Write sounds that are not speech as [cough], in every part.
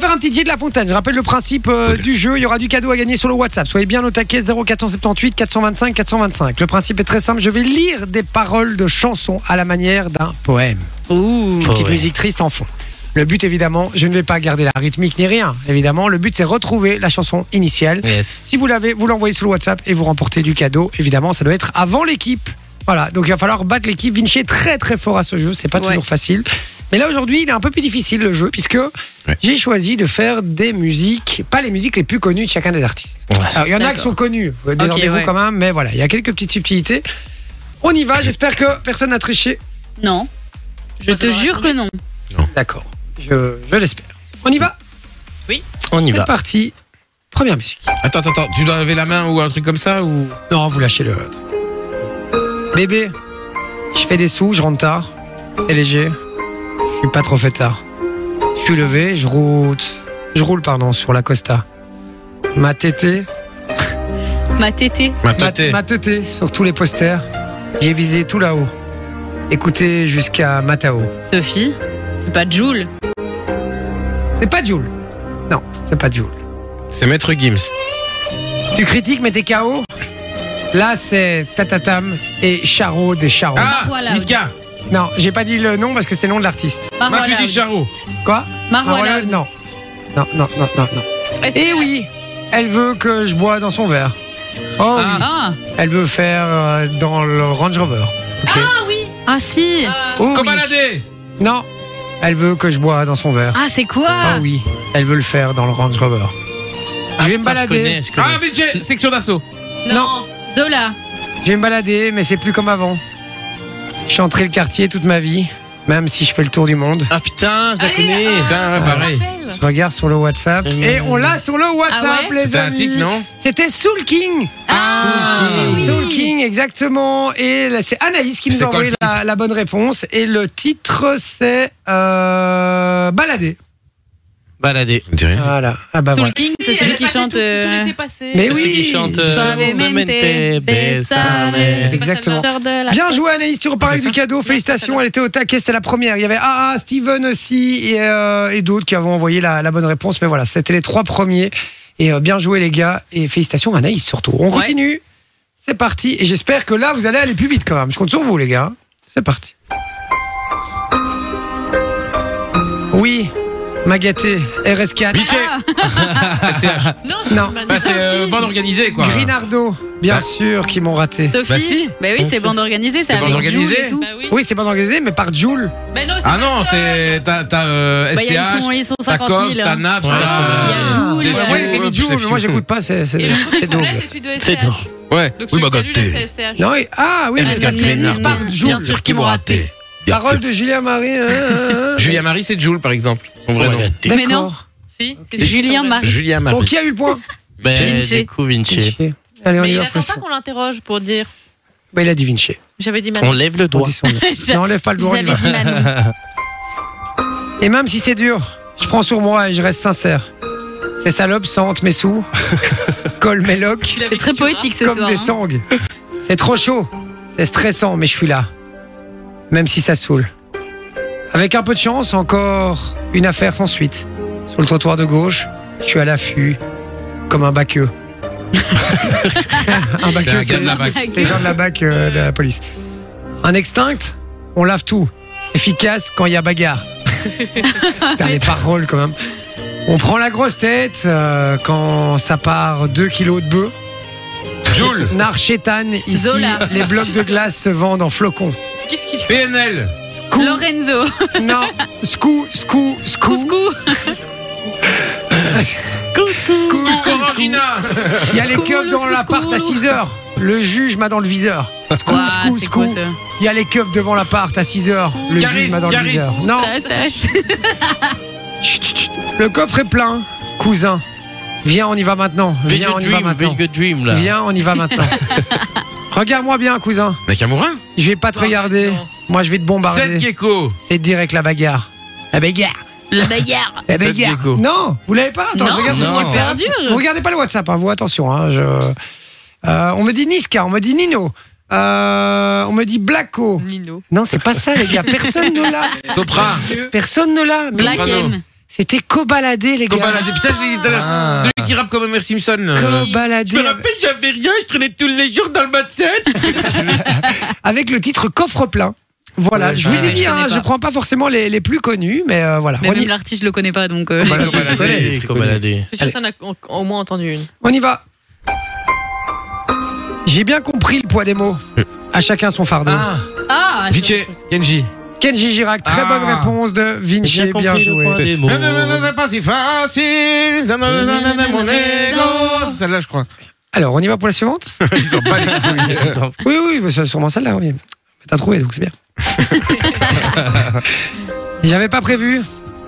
faire un petit jet de la fontaine. Je rappelle le principe euh, du jeu. Il y aura du cadeau à gagner sur le WhatsApp. Soyez bien au taquet 0478 425 425. Le principe est très simple. Je vais lire des paroles de chansons à la manière d'un poème. Ouh. Oh, Petite musique triste en fond. Le but, évidemment, je ne vais pas garder la rythmique ni rien. Évidemment, le but, c'est retrouver la chanson initiale. Eh Yes. Si vous l'avez, vous l'envoyez sur le WhatsApp et vous remportez du cadeau. Évidemment, ça doit être avant l'équipe. Voilà, donc il va falloir battre l'équipe. Vinci est très très fort à ce jeu, c'est pas Ouais. toujours facile. Mais là aujourd'hui, il est un peu plus difficile le jeu, puisque j'ai choisi de faire des musiques, pas les musiques les plus connues de chacun des artistes. Alors, il y en a qui D'accord. sont connus, euh, des Ok, rendez-vous ouais. quand même, mais voilà, il y a quelques petites subtilités. On y va, j'espère que personne n'a triché. Non. Je te jure que non. D'accord, je, je l'espère. On y va On y C'est va. parti. Première musique. [laughs] Attends, attends, attends, tu dois lever la main ou un truc comme ça ou Non, vous lâchez le. Bébé, je fais des sous, je rentre tard. C'est léger. Je suis pas trop fait tard. Je suis levé, je roule. Je roule, pardon, sur la Costa. Ma tétée. Ma tétée. Ma Ma, tête. ma tétée sur tous les posters. J'ai visé tout là-haut. Écoutez jusqu'à Matao. Sophie. C'est pas Joule. C'est pas Joule. Non, c'est pas Joule. C'est Maître Gims. Tu critiques, mais t'es KO Là, c'est Tatatam et Charo des Charo. Ah, Voilà. Niska. Non, j'ai pas dit le nom parce que c'est le nom de l'artiste. Marwa Mathieu Di Loud. Charo. Quoi Marwa Ah, voilà, Loud. non. Non, non, non, non, non. Eh, c'est- Eh oui, elle veut que je bois dans son verre. Oh oui, Ah. elle veut faire euh, dans le Range Rover. Ah oui. Ah si. Oh oui. Ah, Cobaladé. Non, elle veut que je bois dans son verre. Ah c'est Ah quoi oui, elle veut le faire dans le Range Rover. je vais me Ah, Putain, je balader, connais, je connais. Ah, VJ, section d'assaut. Non. Zola. je vais me balader, mais c'est plus comme avant. Je chanterai le quartier toute ma vie, même si je fais le tour du monde. Ah putain, je la Allez, ah. connais. Putain, ouais, pareil. Je regarde sur le WhatsApp Mmh. et on l'a sur le WhatsApp, Ah ouais les C'était un amis. tic, non C'était Soul King. Ah, Soul King. Soul oui. King, exactement. Et là, c'est Anaïs qui nous C'est a quoi envoyé le la, la bonne réponse. Et le titre, c'est euh, Balader. Balader. On [laughs] dirait. Voilà. Ah bah Soul voilà. King, c'est celui qui chante. euh, Mais Celui oui. qui chante. euh, Suavemente, Suavemente, besame. besame. Exactement. Sors de la- Bien joué Anaïs, tu repars avec du cadeau. Félicitations, elle était au taquet, c'était la première. Il y avait AA, Steven aussi et, euh, et d'autres qui avaient envoyé la, la bonne réponse. Mais voilà, c'était les trois premiers. Et euh, bien joué les gars. Et félicitations Anaïs surtout. On Ouais. continue. C'est parti. Et j'espère que là, vous allez aller plus vite quand même. Je compte sur vous les gars. C'est parti. Oui, Magaté, RS4. VJ. SCH. Non, Bah, c'est euh, bande organisée, quoi. Grinardo, bien Bah. sûr, qui m'ont raté. Sophie. Bah si. Bah oui, c'est bande organisée, c'est C'est avec bande organisée. Jules et tout. Bah oui. Oui, c'est pas organisé, mais par Joule. Bah non, Ah pas non, ça. c'est. T'as t'as, euh, Bah, il y a- ils SCH, sont, ils sont t'as 50 Cops, 000. t'as Ah, Naps, Ouais, t'as. c'est vrai. euh, hein. Il y a des Joule, Fumes, Ouais, t'as mis c'est Joule, mais moi Fumes. j'écoute pas, c'est c'est- Et le premier c'est couplet, double. c'est celui de SCH. C'est toi. Ouais. Donc Oui, celui bah, qui a lu, gâté. là, [laughs] c'est SCH. Non, et- ah oui, Elvis parce qu'il Presley, part Joule. Bien sûr qu'ils m'ont raté. Parole de Julien Marie. hein, hein, hein. Julia Marie, c'est Jules, par exemple. Son Oh vrai nom. Ah. raté. Mais non. D'accord. Si, C'est c'est celui qui Julien semble. Marie. Julia Marie. Bon, qui a eu le point Ben, Vinci. du coup, Vinci. Allez, on Mais y il va. attend Preston. pas qu'on l'interroge pour dire. Bah, il a dit Vinci. J'avais dit On maintenant. lève le On doigt. dit son nom. J'a- Non, enlève pas le doigt. on y J'avais va. dit Manon. Et même si c'est dur, je prends sur moi et je reste sincère. Ces salopes sentent mes sous, [laughs] collent mes loques Tu l'avais C'est très dit, tu vois. poétique ce comme soir. des hein. [laughs] sangs. C'est trop chaud, c'est stressant, mais je suis là. Même si ça saoule. Avec un peu de chance, encore une affaire sans suite. Sur le trottoir de gauche, je suis à l'affût, comme un [laughs] baqueux. un C'est un baqueux, gars c'est de la BAC. c'est les gens de la BAC euh, de la police. Un extinct, on lave tout. Efficace quand il y a [laughs] bagarre. T'as les paroles quand même. On prend la grosse tête euh, quand ça part 2 kilos de bœuf. Jules. Narchétane, ici, Zola. les blocs de glace se vendent en flocons. Qu'est-ce qu'il PNL. Scoo, Lorenzo. non, scoo, scoo, scoo, scoo, Couscous. Couscous. scoo, scoo. Corangina. Il y a les Scoo, keufs le dans scoo, l'appart à scoo. 6 heures. Le juge m'a dans le viseur. Scoo, scoo, Ouah, Ah, c'est quoi scoo. Il y a les keufs devant l'appart à 6 heures. Le Garis, juge m'a dans le Garis. viseur. Non, ça chut, chut, chut. le coffre est plein. Cousin, viens, on y va maintenant. Big Viens, on y va Dream, maintenant. Big Dream, là. Viens, on y va [laughs] maintenant. Regarde-moi bien, cousin. Nakamura. Je vais pas Ah, te regarder. Moi, je vais te Bah, Seth bombarder. Gecko. C'est direct la bagarre. La bagarre. La bagarre. Eh ben, Faites gars, Diego. Non, vous l'avez pas Attends, non, je regarde c'est sur non. WhatsApp. super dur. Vous regardez pas le WhatsApp, hein, vous attention. hein, je- Euh, on me dit Niska, on me dit Nino, euh, on me dit Blacko. Nino. [laughs] Non, c'est pas ça, les gars. Personne ne l'a. Sopra. Personne ne l'a. Mais Black Soprano. M. C'était cobaladé, les gars. Cobaladé, putain, je l'ai dit tout à l'heure. Ah. Celui qui rappe comme Homer Simpson. euh, Je Cobaladé. me rappelle, j'avais rien, je traînais tous les jours dans le bas de scène. Avec le titre Coffre plein. Voilà, Ouais, je vous ouais, ai ouais. dit, Je hein, connais je pas. prends pas forcément les, les plus connus, mais euh, voilà. Mais on, même y, l'artiste, je le connais pas, donc. euh, Cobaladé. Cobaladé, Cobaladé. Je suis sûr que t'en as en- au moins entendu une. on y va. J'ai bien compris le poids des mots. À chacun son fardeau. Ah, Ah c'est Viché, Kenji. Kenji Girac, très Ah. bonne réponse de Vinci, j'ai bien, compris le joué. point des mots. Non, non, non, non, non, pas si facile. Non, non, non, non, non, non, mon ego. C'est celle-là, je crois. Alors, on y va pour la [laughs] suivante Ils sont pas les couilles. [laughs] Oui, oui, mais c'est sûrement celle-là, oui. Mais T'as trouvé, donc c'est bien. [laughs] J'avais pas prévu.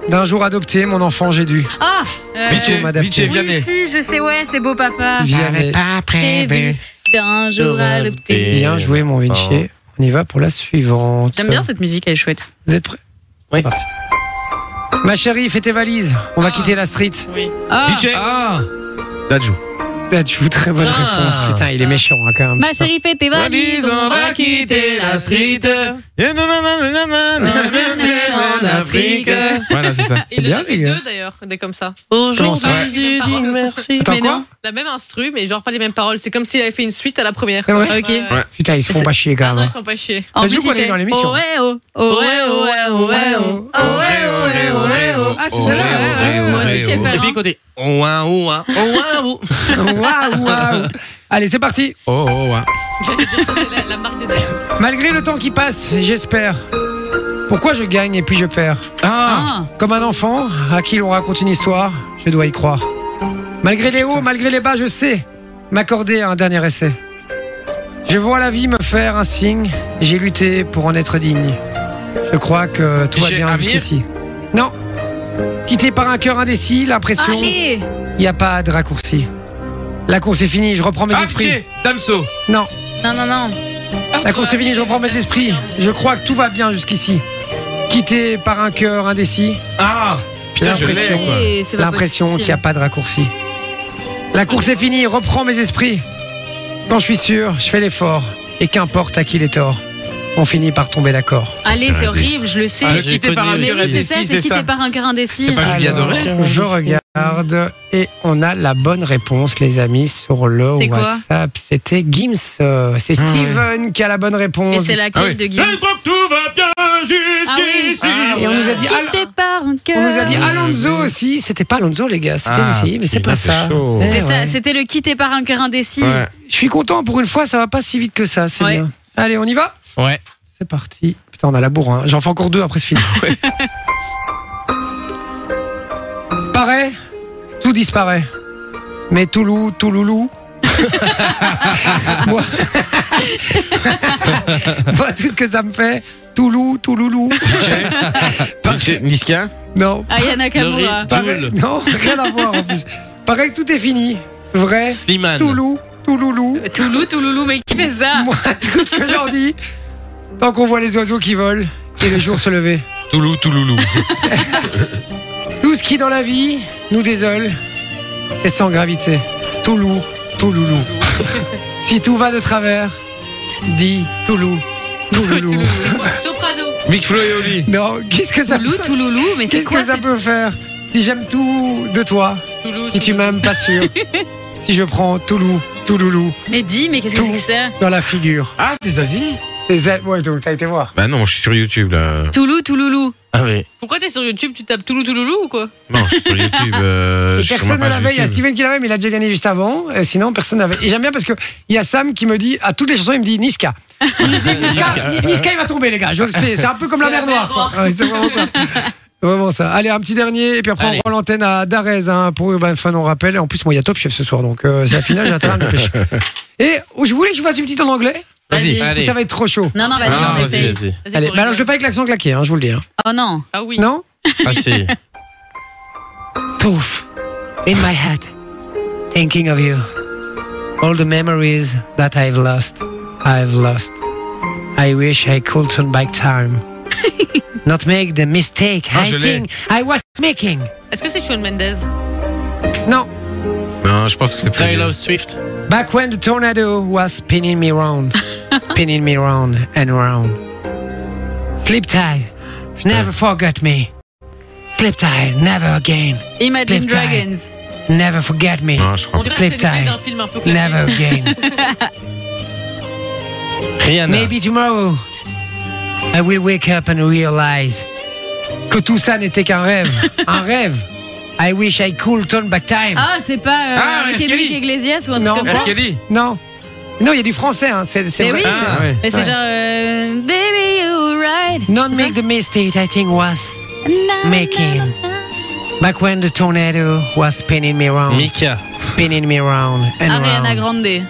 D'un jour adopté, mon enfant, j'ai dû. Ah euh, Viché, Pour m'adapter. Viché, Oui, Vianney. si, je sais, ouais, c'est beau papa. Vianney. pas Prévu d'un jour à l'autre. Et- Bien joué, mon Vinci. On y va pour la suivante. J'aime bien cette musique, elle est chouette. Vous êtes prêts Oui. C'est parti. Ma chérie, fais tes valises. On va Ah. quitter la street. Oui. Ah, Viché, Ah, Dadju. Ah, tu vous très bonne Ah. réponse. Putain, il est méchant hein, quand même. Ma chérie, fais tes valises. on va quitter la street. Et non, non, non, non, non, non, non, [laughs] non, non, en Afrique. Voilà, c'est ça. C'est bien, les gars. deux d'ailleurs, des comme ça. aujourd'hui Ouais. j'ai dit merci. Attends, Mais quoi non. La même instru, mais genre pas les mêmes paroles. C'est comme s'il avait fait une suite à la première. C'est vrai Ok. Oh. Ouais. Ouais. Putain, ils se font C'est- pas chier Ah quand non, même. ils sont pas chiés. En Bah, plus, du coup, il on est fait dans l'émission. ohé, oh, ohé, ohé, oh, ohé, ohé. Ah, c'est celle-là. Moi aussi, je sais faire. Et puis oh, côté. Ouah, ouah, ouah, ouah. Waouh, [laughs] waouh. Allez, c'est parti. Oh, oh, ouais. J'allais dire ça, c'est la, la marque des dames. Malgré le temps qui passe, j'espère. Pourquoi je gagne et puis je perds Ah, Comme un enfant à qui l'on raconte une histoire, je dois y croire. Malgré les hauts, malgré les bas, je sais m'accorder un dernier essai. Je vois la vie me faire un signe, j'ai lutté pour en être digne. Je crois que tout va Chez bien Amir jusqu'ici. Non. Quitté par un cœur indécis, l'impression, il allez n'y a pas de raccourci. La course est finie, je reprends mes Ah, esprits. Viché, Damso. Non, Non, non, non. la course est finie, je reprends mes esprits. Je crois que tout va bien jusqu'ici. Quitté par un cœur indécis, Ah, Putain, je L'impression. l'ai, quoi. Allez, c'est pas l'impression possible. qu'il n'y a pas de raccourci. La course est finie, reprends mes esprits. Quand je suis sûr, je fais l'effort. Et qu'importe à qui les torts, on finit par tomber d'accord. Allez, c'est Ah, horrible, je le sais. Ah, Le je quitter l'ai par un connu, Mais cœur oui, c'est indécis, ça, c'est quitté par un cœur indécis. C'est pas Julien Alors, Doré Je regarde et on a la bonne réponse, les amis, sur le C'est quoi WhatsApp. C'était Gims. euh, C'est Steven qui a la bonne Et réponse. c'est la Ah oui. crise de Guillaume. crois que tout va bien Ah oui. Ah, et on nous a dit. Al- Quitté par un cœur. on nous a dit Alonso aussi, c'était pas Alonso les gars, c'est bien Ah, essayé, mais c'est putain, pas c'est ça. chaud. Eh C'était ça, ouais. c'était le quitté par un cœur indécis. Ouais. Je suis content pour une fois, ça va pas si vite que ça, c'est Ouais. bien. Allez, on y va Ouais. C'est parti. Putain, on a la bourre. hein. J'en fais encore deux après ce film. Pareil, tout disparaît. Mais Toulou, Touloulou. [laughs] moi, [laughs] moi, tout ce que ça me fait. Toulou, Touloulou. [laughs] Viché, Niska. Non. Aya Nakamura. Le pareil- Joule. non, rien à voir en plus. Pareil, tout est fini. Vrai. Slimane. Toulou, Touloulou. Toulou, Touloulou, mais qui fait ça Moi, tout ce que j'en dis. Tant qu'on voit les oiseaux qui volent et le jour se lever. Toulou, Touloulou. Tout ce qui dans la vie nous désole, c'est sans gravité. Toulou, Touloulou. si tout va de travers, dis Toulou, Touloulou. [laughs] Soprano. [laughs] Mick Flo et Oli. non, qu'est-ce que ça, Toulou, Touloulou, mais c'est qu'est-ce quoi que ça ce- peut faire Si j'aime tout de toi, Toulouse. si tu m'aimes, pas [laughs] sûr. si je prends Toulou, Touloulou Mais dis, mais qu'est-ce que c'est que ça dans la figure. Ah, c'est Zazie C'est Z- Ouais, donc t'as été voir. Bah non, je suis sur YouTube là. Toulou, Touloulou. Ah oui. Pourquoi t'es sur YouTube Tu tapes Toulouse Touloulou ou quoi Non, je suis sur YouTube. euh, Et je suis sur personne ma ne page l'avait. Il y a YouTube. Steven qui l'avait, mais il a déjà gagné juste avant. Et sinon, personne n'avait. Et j'aime bien parce que il y a Sam qui me dit à toutes les chansons, il me dit Niska. Il me dit Niska, Ni- Niska, il va tomber, les gars. Je le sais. C'est un peu comme la C'est mer la noire. mer Noire. quoi. Ouais, c'est vraiment ça. Vraiment ça. Allez, un petit dernier, et puis après Allez. on rend l'antenne à Darez hein, pour Urban Fun, on rappelle. En plus, moi, il y a Top Chef ce soir, donc euh, c'est la finale, j'ai intérêt à me dépêcher. Et oh, je voulais que je fasse une petite en anglais, Vas-y, Vas-y. mais allez. ça va être trop chaud. Non, non, vas-y, Ah, on vas-y, essaye. vas-y. Vas-y, Allez, pour mais alors je rigoler. le fais avec l'accent claqué, hein, je vous le dis. hein. Oh non. Ah oui. Non Vas-y. Poof, in my head, thinking of you. All the memories that I've lost, I've lost. I wish I could turn back time. Not make the mistake Ah, I je l'ai. think I was making. Est-ce que c'est Shawn Mendes Non, Non, je pense que c'est pas. Taylor Swift. back when the tornado was spinning me round, spinning me round and round. Sleep tight, never forget me. Sleep tight, never again. Imagine Sleep time. Dragons. Never forget me. Non, je crois On pas. dirait que c'est Clip une time. idée d'un film un peu claqué. Never again. Rihanna. Maybe tomorrow I will wake up and realize que tout ça n'était qu'un [laughs] rêve. un rêve. I wish I could turn back time. Ah, c'est pas euh, Ah, avec Kelly. Enrique Iglesias ou un Non. truc comme R. ça Kelly Non. Non, il y a du français. Hein. C'est, c'est Mais vrai. oui, Ah. Ah, ouais. Mais c'est genre euh, Baby you right Not make the mistake I think was Na, making. na, na. Back when the tornado was spinning me round, Mika. spinning me round and Ariana round. Grande.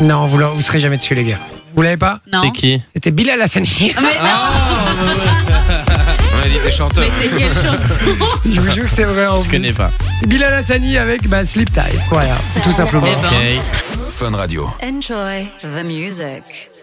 Non, vous, l'aurez- vous serez jamais dessus, les gars. Vous l'avez pas Non. C'est qui C'était Bilal Hassani. Ah, Mais, On a dit des chanteurs. mais c'est quelle chanson [laughs] Je vous jure que c'est vrai. En Je connais plus. pas. Bilal Hassani avec bah, Eh ben, Slip Tie. Voilà, tout simplement. Eh ben. Ok. Enjoy the music.